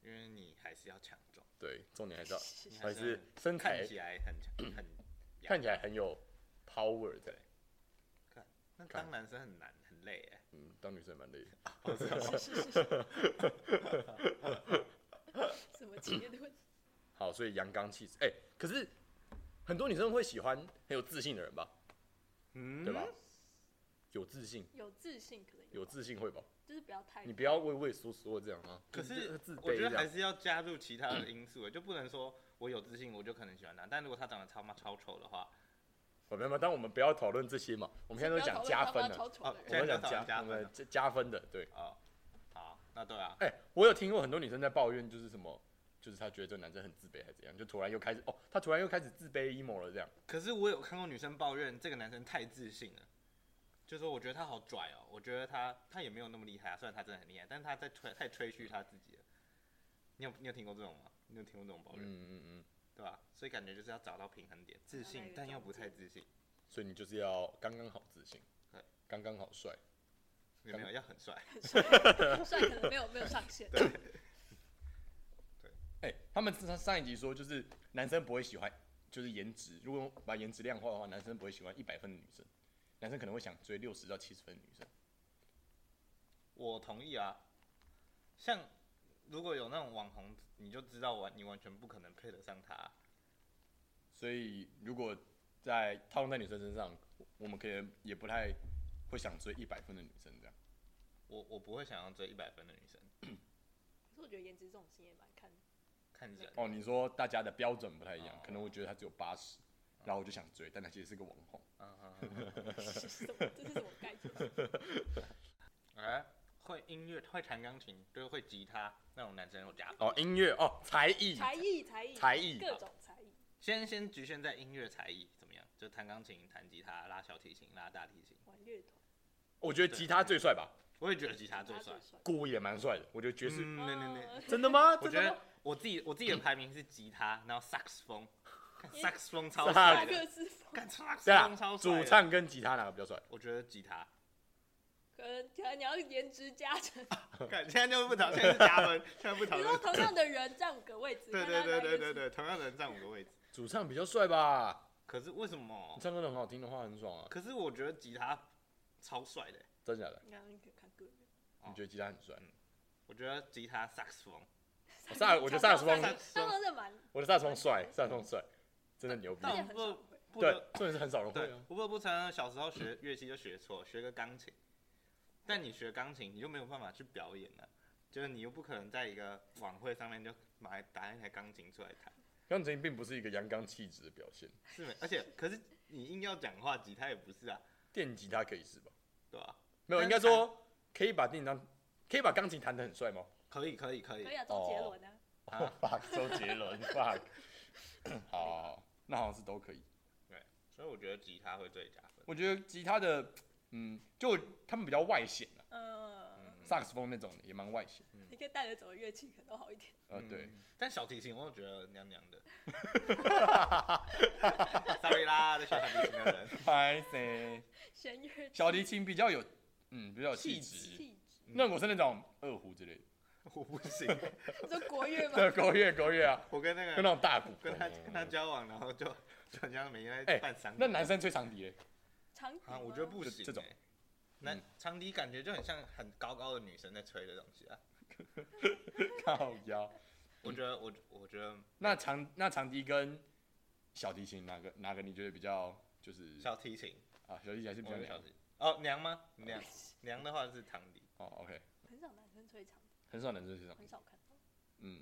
A: 因为你还是要强壮，
B: 对，重点还是啊要
C: 是
A: 你
B: 还
A: 是
B: 是
A: 要
B: 身材嗯
A: 看起来很强很阳
B: 看起来很有 power 的。
A: 那
B: 看
A: 当男生很难很累哎，
B: 嗯，当女生蛮累的。
C: 是是是，什么结论？
B: 好，所以阳刚气质，哎、可是很多女生会喜欢很有自信的人吧？
A: 嗯
B: 对吧？？有自信，
C: 有自信可能
B: 有
C: 吧
B: 自信会吧？
C: 就是不要太
B: 你不要畏畏缩缩这样啊。
A: 可
B: 就是自
A: 我
B: 卑
A: 觉
B: 这
A: 得还
B: 样。
A: 是要加入其他的因素欸，就不能说我有自信我就可能喜欢他，但如果他长得超妈超丑的话，
B: 我没有，但我们不要讨论这些嘛。我们现在
C: 不
B: 都
C: 要讨
B: 讲加
C: 论他
B: 分
C: 妈
B: 的，
C: 超丑的
A: 哦
B: 我
A: 对
B: 们
C: 人，
A: 现在都
B: 讲
A: 讨论加
B: 加我们
A: 分啊
B: 加加分的，对。
A: 哦，好，那对啊，
B: 哎、我有听过很多女生在抱怨，就是什么，就是她觉得这个男生很自卑，还是怎样，就突然又开始哦，她突然又开始自卑 emo 了这样。
A: 可是我有看过女生抱怨这个男生太自信了，就说我觉得他好拽哦，我觉得他他也没有那么厉害啊，虽然他真的很厉害，但是他在吹太吹嘘他自己了。你有你有听过这种吗？你有听过这种抱
B: 嗯
A: 怨、
B: 嗯嗯。
A: 对吧？所以感觉就是要找到平衡点，自
C: 找到一
A: 信
C: 个
A: 但又
C: 中
A: 不太
C: 间
A: 自信。
B: 所以你就是要刚刚好自信
A: 对，
B: 刚刚好帅，
A: 没有没有要很帅，
C: 帅帅可能没有没有上限，
B: 哎、他们上上一集说就是男生不会喜欢，就是颜值，如果把颜值量化的话，男生不会喜欢一百分的女生，男生可能会想追六十到七十分的女生。
A: 我同意啊。像如果有那种网红，你就知道完你完全不可能配得上他、啊
B: 所以如果在套用在女生身上，我们可能也不太会想追一百分的女生这样。
A: 我我不会想要追一百分的女生，
C: 可是我觉得颜值这种事情也蛮看
A: 看人。
B: 哦，你说大家的标准不太一样，
A: 哦
B: 可能我觉得她只有八十，然后我就想追，但她其实是个网红。
A: 嗯嗯嗯嗯
C: 这是什么这是什么概念？
A: 哎，会音乐，会弹钢琴，就是会吉他那种男生有加分。
B: 哦，音乐哦，才艺，
C: 才艺才艺
B: 才艺
C: 各种才艺，
A: 先先局限在音乐才艺怎么样？就弹钢琴、弹吉他、拉小提琴、拉大提琴。
C: 玩乐团，
B: 我觉得吉他最帅吧，
A: 我也觉得吉他最
C: 他
A: 帅
C: 最。帅。
B: 鼓也蛮帅的，我觉得爵士。
A: 嗯，对对对。
C: 哦
B: 真的吗？
A: 我
B: 真
A: 觉
B: 的
A: 得
B: 吗？
A: 我自己我自己的排名是吉他，然后萨克斯风，看萨克斯风超
B: 萨
A: 帅
C: 萨
A: 的，
C: 克斯风，
A: 看萨克斯
B: 对啊
A: 风超，帅
B: 主
A: 的。
B: 唱跟吉他哪个比较帅？
A: 我觉得吉他，
C: 可能可能你要颜值加成，
A: 看现在就不讨，现在是加分，现在不讨
C: 比如
A: 论
C: 说。同样的人占五个位置，
A: 对
C: 看他
A: 对对对
C: 哪一
A: 对
C: 个
A: 对，同样的人占五个位置。
B: 主唱比较帅吧？
A: 可是为什么
B: 你？唱歌得很好听的话，很爽啊！
A: 可是我觉得吉他超帅的，
B: 真假的？
C: 是，然后你可以看个人。
B: 你觉得吉他很帅？
A: 我觉得吉他萨克斯风，
B: 我萨我觉得萨克斯风
C: 萨克斯风真的蛮，
B: 我的萨克斯风帅，萨克斯风帅，真的牛
A: 嗯
B: 逼
A: 但。
C: 而
A: 我们
C: 且很
A: 不得
C: 少会。
A: 不
B: 对
A: 得，
B: 重点是很少人会
A: 对
B: 啊。，
A: 我不得不承认，小时候学乐器就学错，学个钢琴，但你学钢琴，你就没有办法去表演了、就是你又不可能在一个晚会上面就买打一台钢琴出来弹，
B: 钢琴并不是一个阳刚气质的表现，
A: 是没？而且可是你硬要讲话，吉他也不是啊，
B: 电吉他可以是吧？
A: 对吧、
B: 没有，
A: 但
B: 应
A: 是
B: 该说可以把电吉他，可以把钢琴弹得很帅吗？
A: 可以可以可以
C: 可以啊，周杰伦啊，
A: 啊，
B: fuck，周 杰伦 fuck。好好，好那好像是都可以。
A: 所以我觉得吉他会最加分。
B: 我觉得吉他的，嗯，就他们比较外显啊，
C: 嗯，
B: 萨克斯风那种也蛮外显。
C: 你可以带着走的乐器可能都好一点。
B: 呃，对，
A: 嗯，但小提琴我觉得娘娘 的 ，sorry 啦，在学小提琴的人，
B: 拍谁？
C: 弦乐
B: 小提琴比较有，嗯，比较有气质。
C: 气质，
B: 那我是那种二胡之类的，
A: 嗯我不行，
C: 你说国乐 吗？
B: 对，国乐国乐啊，
A: 我跟那
B: 就
A: 个
B: 那种大鼓。
A: 跟他跟他交往，然后就就好像每天在
B: 哎
A: 办丧礼。
B: 那男生吹长笛嘞？
C: 长笛
A: 啊，
C: 吗
A: 我觉得不
B: 这
A: 行、欸。
B: 这种，
A: 那
B: 嗯
A: 长笛感觉就很像很高高的女生在吹的东西啊。
B: 靠腰。
A: 我觉得我我觉得
B: 那长那长笛跟小提琴哪个哪个你觉得比较就是
A: 小提琴，
B: 啊？小提琴还是比
A: 我觉
B: 较
A: 得
B: 娘
A: 小提哦娘吗？娘娘的话是长笛，
B: 哦，OK，
C: 很少男生吹长笛，
B: 很少男生吹长笛，
C: 很少看到。
B: 嗯，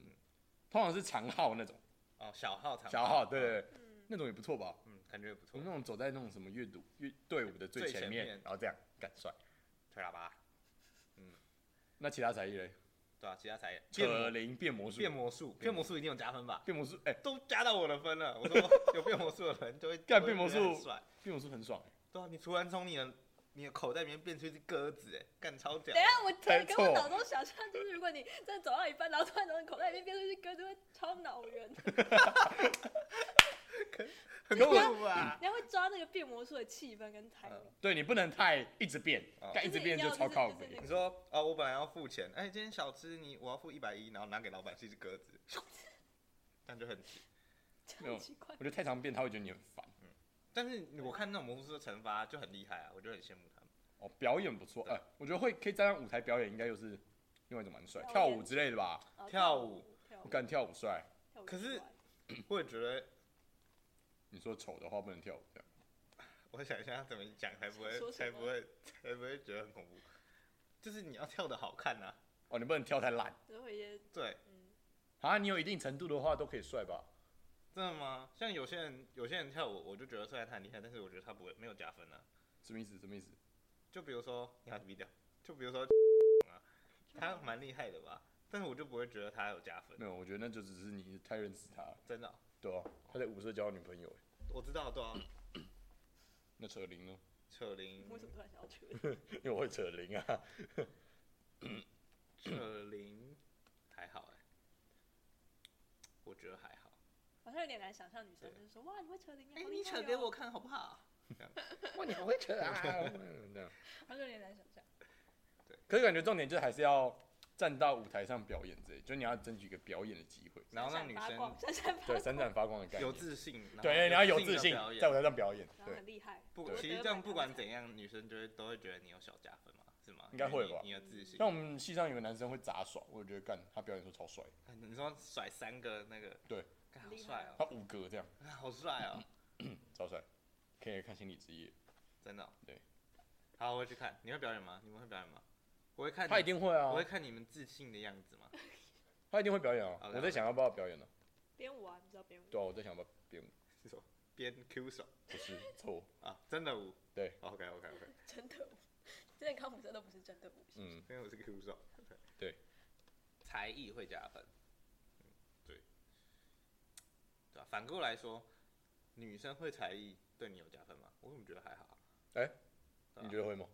B: 通常是长号那种，
A: 哦小号长哦
B: 小号，对对对，
C: 嗯，
B: 那种也啊不错吧？
A: 嗯，感觉也不
B: 我
A: 错
B: 们。那种走在那种什么乐队乐队伍的最
A: 最
B: 前
A: 前
B: 面
A: 面，
B: 然后这样，干帅。
A: 吹喇叭，
B: 那其他才艺嘞？
A: 对啊，其他才艺变
B: 扯
A: 魔
B: 铃变魔术，
A: 变魔术，变魔术一定有加分吧？
B: 变魔术，哎，
A: 都加到我的分了，我说有变魔术的人就会
B: 干
A: 就会
B: 变魔
A: 觉得很
B: 术
A: 帅。
B: 变魔术很爽，欸
A: 对啊，你突然从你的你的口袋里面变出一只鸽子，哎，干超屌
C: 等一。下，我
B: 猜
C: 跟
B: 错
C: 我脑中想象就是，如果你真的走到一半，然后突然从你口袋里面变出一只歌，就会超恼人。
A: 很
B: 可我
A: 酷啊！
C: 你要会抓那个变魔术的气氛跟
A: 嗯
C: timing，
B: 对你不能太一直变
A: 哦，
B: 干一直变就超靠北
C: 就是一定要就是就是那。个
A: 你说啊、我本来要付钱，哎、今天小吃你我要付一百一，然后拿给老板是一只鸽子，这样就很气。
C: 这样很奇怪
B: 我。觉得太常变他会觉得你很烦。
A: 但是我看那种魔术师的惩罚就很厉害啊，我就很羡慕他们。
B: 哦，表演不错，哎、我觉得会可以站上舞台表演，应该又是另外一种蛮帅，
C: 表演
B: 跳舞之类的吧。
C: 哦
A: 跳舞，
C: 跳
B: 我
C: 舞，
B: 干跳舞帅，
C: 跳舞
A: 可
C: 之
A: 是
C: 外
A: 我也觉得，
B: 你说丑的话不能跳舞，这样
A: 我想一下怎么讲才不会
C: 说什
A: 才
C: 么
A: 不会才不会觉得很恐怖，就是你要跳的好看呐、啊。
B: 哦，你不能跳太烂
C: 就会一些
A: 对，
C: 嗯，
B: 啊。你有一定程度的话都可以帅吧？
A: 真的吗？像有些人有些人跳舞，我就觉得虽然他很厉害，但是我觉得他不会没有加分啊。
B: 什么意思？什么意思？
A: 就比如说你要低调，就比如说 啊，他蛮厉害的吧，但是我就不会觉得他有加分，
B: 没有，我觉得那就只是你太认识他了，
A: 真的哦、
B: 对啊，他在舞社交女朋友，哎
A: 我知道，对啊，
B: 那扯铃呢？
A: 扯铃，
C: 为什么突然想 要去？
B: 因为我会扯铃啊。
A: 扯铃还好哎、我觉得还好。
C: 好像有点难想象女生就是说哇，你会扯铃啊？
A: 哎、
C: 好厉
A: 你
C: 害
A: 扯给
C: 哦
A: 我，看好不好？
B: 哇，你好会扯啊！这样
C: 好像有点难想象。
B: 可是感觉重点就是还是要站到舞台上表演之类，就你要争取一个表演的机会，
A: 然后让女
C: 闪
A: 生
C: 闪发光闪闪发
B: 对，
C: 光，
B: 闪闪发光的概
A: 有
B: 念，
A: 自信，啊
B: 对，你要有自
A: 地
B: 信，
A: 表演
B: 在舞台上表演，
C: 然后
B: 对，
C: 很厉害。
A: 不，
C: 对
A: 其实这样不管怎样，女生就会都会觉得你有小加分嘛，是吗？
B: 应该会
A: 因为
B: 吧
A: 你你有自信
B: 像，我们系上有个男生会杂耍，我就觉得干他表演的时候超帅，
A: 哎你说甩三个那个，
B: 对
A: 干，好帅
B: 他五格这样
A: 哦， 好帅哦，
B: 超帅，可以看心理职业，
A: 真的哦。
B: 对，
A: 好，我会去看。你会表演吗？你们会表演吗？我会看你，
B: 他一定会啊
A: 我，会看你们自信的样子嘛。
B: 他一定会表演啊，
A: OK，
B: 我在想要不要表演呢？
C: 编舞啊，你知道编舞？
B: 对啊，我在想要不要编舞，
A: 边 Q 手
B: 不是错，
A: 啊，真的舞。
B: 对
A: ，OK OK OK，
C: 真的舞，之前康普真的不是真的舞。
B: 嗯，
A: 因为我是 Q 手。
B: 对，
A: 才艺会加分。嗯对，对吧？反过来说，女生会才艺对你有加分吗？我怎么觉得还好啊？
B: 哎
A: 对啊嗯
B: 你觉得会吗？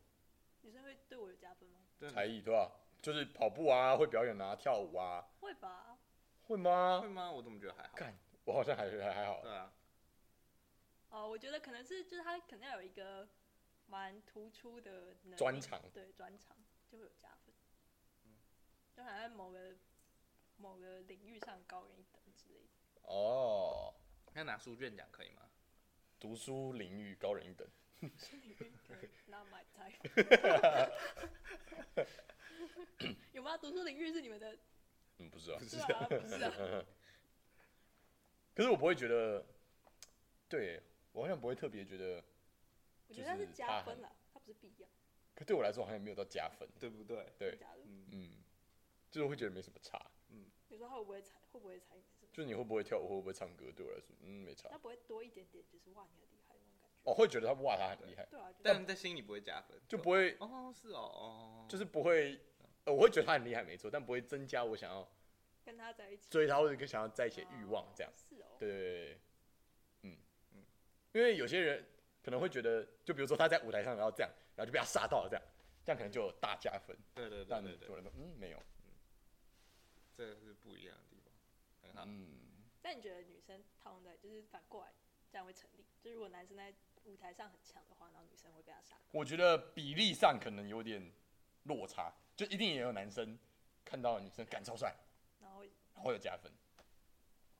C: 女生会对我有加分吗？
A: 对啊
B: 才艺对吧？就是跑步啊，会表演啊，跳舞啊，
C: 会吧，
B: 会
A: 会
B: 吗？
A: 吗？我怎么觉得还好？
B: 干，我好像还还还好
A: 对，啊，
C: 哦，我觉得可能是就是他可能要有一个蛮突出的能力
B: 专长
C: 对专长就会有加分，就好像某个某个领域上高人一等之类 的。
B: 哦，
A: 那拿书卷奖可以吗？
B: 读书领域高人一等，
C: 是领域可能 not my type。有 吗？读书领域是你们的？
B: 嗯，不知道。
C: 对啊，不是 啊，
B: 可是我不会觉得，对我好像不会特别觉得，
C: 我觉得他是
B: 就是
C: 加
B: 他
C: 分
B: 很
C: 啦，他不是必要。
B: 可对我来说好像也没有到加分，
A: 对不对？
B: 对，
C: 假如
A: 嗯，
B: 嗯，就是会觉得没什么差，
C: 你说他会不会才会不会才艺是吗？
B: 就是你会不会跳舞，会不会唱歌，对我来说，嗯，没差
C: 他。不会多一点点，就是哇你很厉害那种感觉。
B: 哦，会觉得他哇，他很厉害，
C: 对啊，就是
A: 但在心里不会加分，
B: 就不会，
A: 哦，是哦，哦，
B: 就是不会，呃我会觉得他很厉害，没错，但不会增加我想要
C: 跟他在一起
B: 追他或者跟想要在一些欲望这样
C: 哦。是哦，
B: 对对对对，嗯嗯，因为有些人可能会觉得，就比如说他在舞台上，然后这样，然后就被他吓到了，这样，这样可能就有大加分。
A: 对对对
B: 但
A: 对
B: 有
A: 对，
B: 人说，嗯，没有，
A: 这个是不一样的地方，很好。
B: 嗯，
C: 但你觉得女生套用在就是反过来这样会成立？就是如果男生在舞台上很强的话，然后女生会被他杀。
B: 我觉得比例上可能有点落差，就一定也有男生看到女生感超帅，
C: 然后会
B: 然后有加分，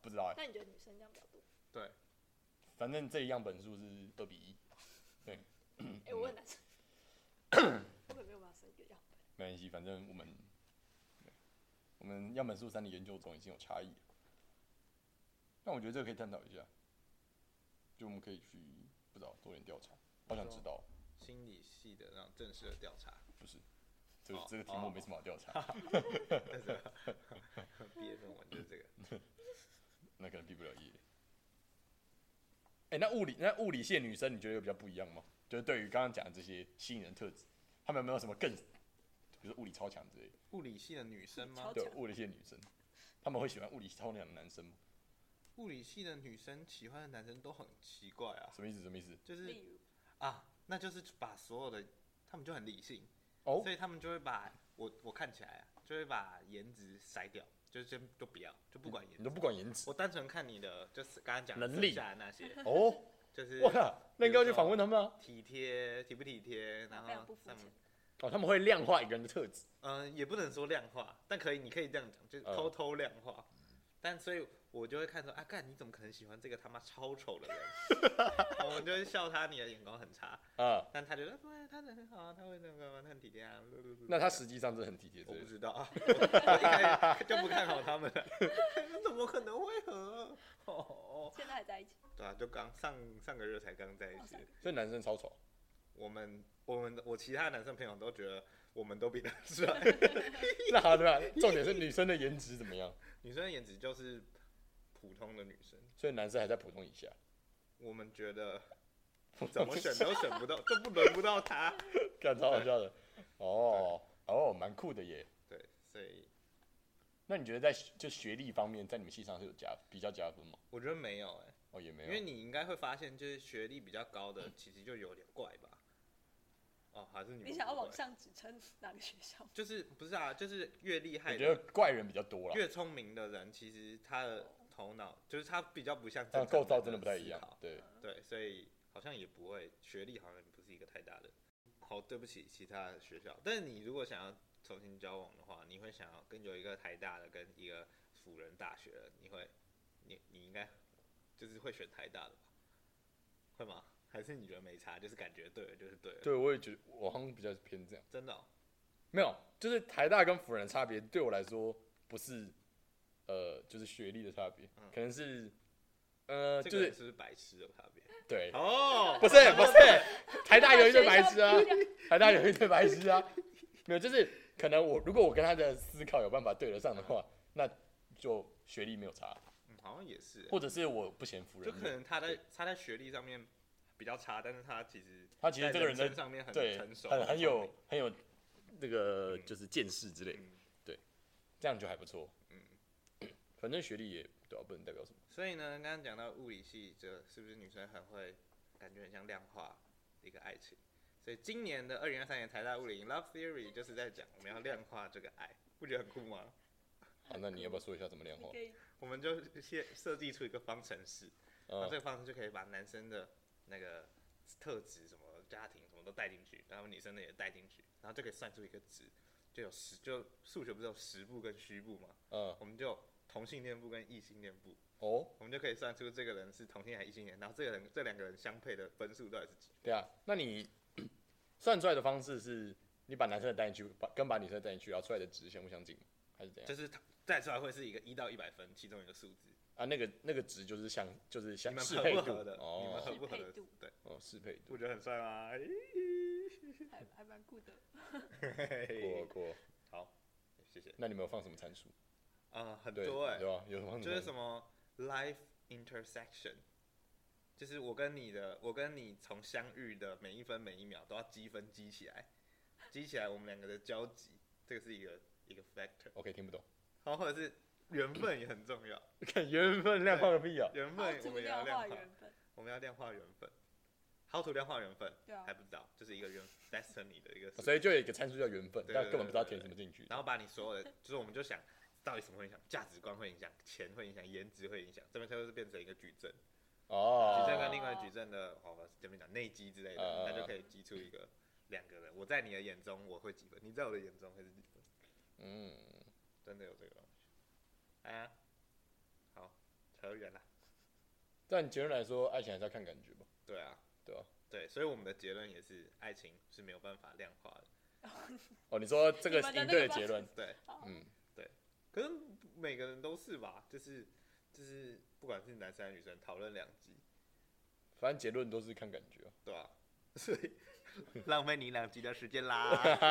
B: 不知道哎、
C: 那你觉得女生这样比较多？
A: 对，
B: 反正这一样本数是二比一，嗯
C: 哎、我问男 生，我可没有办法生一个样本。
B: 没关系，反正我们我们样本数三的研究中已经有差异了，但我觉得这个可以探讨一下，就我们可以去不知道做点调查，好想知道，
A: 心理系的那种正式的调查，
B: 不是这个、
A: 哦
B: 这个题目没什么好调查，
A: 但是毕业论文就是这个。
B: 嗯那可能毕不了业。哎、那物理那物理系的女生，你觉得有比较不一样吗？就是对于刚刚讲的这些吸引人特质，她们有没有什么更，比如说物理超强之类的？
A: 物理系的女生吗
C: 超？
B: 对，
C: 强
B: 物理系的女生，她们会喜欢物理超强的男生吗？
A: 物理系的女生喜欢的男生都很奇怪啊，
B: 什么意思？什么意思？
A: 就是
C: 例如，
A: 啊，那就是把所有的，他们就很理性，
B: 哦
A: 所以他们就会把我我看起来啊，就会把颜值筛掉，就是先就不要，就不管颜
B: 你
A: 值
B: 都。不管颜值
A: 我单纯看你的，就是刚刚讲
B: 嗯能
A: 剩
B: 力
A: 下的那些，
B: 哦。
A: 就是
B: 哇，那应该要去访问他们啊！
A: 体贴、体不体贴，然
C: 非常
A: 后
C: 不肤
A: 上
C: 浅
A: 面，
B: 哦，他们会量化一个人的特质。
A: 嗯、也不能说量化，但可以，你可以这样讲，就是
B: 嗯
A: 偷偷量化。但所以，我就会看说，啊，干，你怎么可能喜欢这个他妈超丑 的人？我就会笑他，你的眼光很差。
B: 啊，
A: 但他觉得，对，他人很好啊，他会那个吗？他很体贴啊。噜噜噜
B: 那他实际上是很体贴之
A: 我
B: 类
A: 不
B: 的。
A: 知 道啊，我我一开始就不看好他们了，怎么可能会和？哦，
C: 现在还在一起，
A: 对啊，就刚上上个月才刚在一
C: 哦
A: 起
C: 上个。
B: 所以男生超丑，啊
A: 我们我们我其他男生朋友都觉得我们都比他帅，
B: 那好对吧？重点是女生的颜值怎么样？
A: 女生的颜值就是普通的女生，
B: 所以男生还在普通以下。
A: 我们觉得怎么选都选不到，都不轮不到他。
B: 干超好 笑的。哦哦，蛮酷的耶。
A: 对，所以
B: 那你觉得在学就学历方面，在你们系上是有加比较加分吗？
A: 我觉得没有哎、
B: 哦，也没
A: 因为
B: 有。
A: 你应该会发现，就是学历比较高的其实就有点怪吧。哦，还是你们
C: 你想要
A: 不会
C: 往上指称哪个学校？
A: 就是不是啊？就是越厉害
B: 我
A: 的
B: 觉得怪人比较多了，
A: 越聪明的人，其实他的头脑就是他比较不像
B: 但
A: 正常
B: 构造
A: 人
B: 真的不太一样
A: 思考。啊
B: 对，
A: 对，所以好像也不会，学历好像也不是一个太大的。好，对不起其他学校，但是你如果想要重新交往的话，你会想要跟有一个台大的跟一个辅仁大学的，你会，你你应该就是会选台大的吧？会吗？还是你觉得没差，就是感觉对了就是对了？
B: 对，我也觉得我好像比较偏这样。
A: 真的哦、
B: 没有，就是台大跟辅仁的差别对我来说不是，呃，就是学历的差别，
A: 嗯
B: 可能是，呃，
A: 这
B: 就
A: 个人
B: 是
A: 是不是白痴的差 别？
B: 对，
A: 哦，
B: 不是 不是，台大有一堆白痴啊
C: 学，校
B: 台大有一堆白痴啊，没有，就是可能我如果我跟他的思考有办法对得上的话，那就学历没有差，
A: 嗯好像也是欸，欸
B: 或者是我不嫌辅
A: 就
B: 仁
A: 可
B: 弱，
A: 能他在他在学历上面比较差，但是他其实
B: 他其实
A: 在
B: 这个人
A: 人
B: 的
A: 生上面很
B: 对
A: 成熟，
B: 很很
A: 聪
B: 有
A: 明，
B: 很有那个
A: 嗯
B: 就是见识之类的，
A: 嗯
B: 这样就还不错。
A: 嗯。
B: 反正学历也对啊，不能代表什么。
A: 所以呢，刚刚讲到物理系，这是不是女生很会，感觉很像量化一个爱情？所以今年的二零二三年台大物理 Love Theory 就是在讲我们要量化这个爱，不觉得很酷吗？
B: 好，那你要不要说一下怎么量
C: 你
B: 化
C: 可？以
A: 我们就设设计出一个方程式，然后这
B: 嗯，
A: 个方式就可以把男生的那个特质、什么家庭什么都带进去，然后女生的也带进去，然后就可以算出一个值，就有十，就数学不是有实部跟虚部吗？
B: 嗯，
A: 我们就有同性恋部跟异性恋部，
B: 哦，
A: 我们就可以算出这个人是同性恋还是异性恋，然后这个人这两个人相配的分数到底是几？
B: 对啊，那你 算出来的方式是，你把男生的带进去，把跟把女生的带进去，然后出来的值相不相近，还是怎样？
A: 就是它带出来会是一个一到一百分其中一个数字，
B: 啊，那个那个值就是相，就是
A: 你
B: 相
A: 们
B: 适
A: 合
B: 配
A: 不
B: 度
A: 合的？你们合
B: 哦
A: 不合
C: 适配
A: 的
C: 度？
A: 对，
B: 哦，适配度
A: 我觉得很帅
B: 啊哎
A: 啊哎吗？
C: 还还蛮酷的。
A: 嘿嘿
B: 过
A: 嘿
B: 过。
A: 好，谢谢。
B: 那你们有放什么参数？
A: 啊、很
B: 对
A: 多哎、
B: 对吧？有放
A: 就是什
B: 么
A: 么 life intersection，就是我跟你的，我跟你从相遇的每一分每一秒都要积分积起来，积起来我们两个的交集，这个是一个一个 factor，
B: ？OK，听不懂。
A: 然后或者是缘分也很重要，
B: 看缘分量化个屁啊！
A: 缘
C: 好
A: 分我
C: 怎么
A: 们也要
C: 量化
A: 量化，
C: 缘分？
A: 我们要量化缘分，好土量化缘分
C: 对啊
A: 还，不知道，就是一个 缘 destiny 的一个事，
B: 哦所以就有一个参数叫缘分，
A: 对对
B: 但根本不知道
A: 对对
B: 填什么进去。
A: 然后把你所有的，就是我们就想。到底什么会影响？价值观会影响，钱会影响，颜值会影响，这边它就是变成一个矩阵。矩阵
B: 哦，
A: 跟另外矩阵的，哦，我这边讲内积之类的，
B: 呃
A: 那就可以激出一个两个人。我在你的眼中我会几分，你在我的眼中会是几分？
B: 嗯，
A: 真的有这个东西啊？好，扯远了。
B: 但结论来说，爱情还是要看感觉吧。
A: 对啊，
B: 对啊，
A: 对，所以我们的结论也是，爱情是没有办法量化的。
B: 哦，你说这个
C: 你
B: 是
C: 们的
B: 应
C: 那
B: 对
C: 个
B: 的结
C: 方
B: 论，
A: 对，
C: 好
B: 嗯，
A: 可是每个人都是吧？就是就是，不管是男生还是女生，讨论两集，
B: 反正结论都是看感觉啊。
A: 对吧、 所 以浪费你两集的时间啦。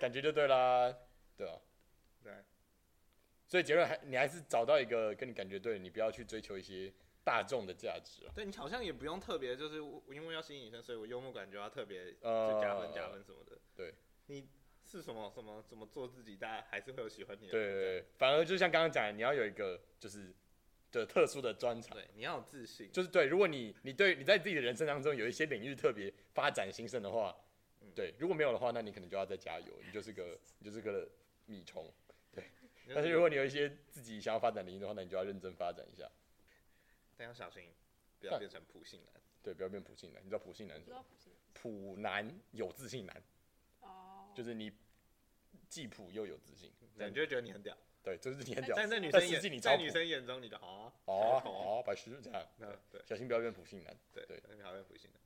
B: 感觉就对啦，对啊。
A: 对，
B: 所以结论还你还是找到一个跟你感觉对的，你不要去追求一些大众的价值啊。
A: 对你好像也不用特别，就是我因为要吸引女生，所以我幽默感就要特别
B: 呃
A: 就加分加分什么的。
B: 对，
A: 你是什么什么怎么做自己，大家还是会有喜欢你的
B: 对
A: 人。
B: 对对，反而就像刚刚讲的，你要有一个就是的特殊的专长，
A: 对，你要有自信。
B: 就是对，如果你你对你在自己的人生当中有一些领域特别发展兴盛的话
A: 嗯，
B: 对，如果没有的话，那你可能就要再加油，你就是个你就是个米虫。
A: 你就
B: 但是如果你有一些自己想要发展领域的话，那你就要认真发展一下，
A: 但要小心，不要
B: 但
A: 变成普信男。
B: 对，不要变普信男。你知道普信男
C: 不
B: 是
C: 知
B: 什么？
C: 道不是
B: 普男有自信男。
C: 哦，
B: 就是你既朴又有自信，这
A: 对，
B: 样
A: 你就会觉得你很屌，
B: 对，这就是你很屌。
A: 但在女
B: 哎但
A: 生
B: 实际你
A: 眼，
B: 超
A: 在
B: 普
A: 女生眼中，你就啊，
B: 哦哦，白痴就这样，
A: 那对
B: 小心不要变普信男。
A: 对
B: 对
A: 对，你好像普信男。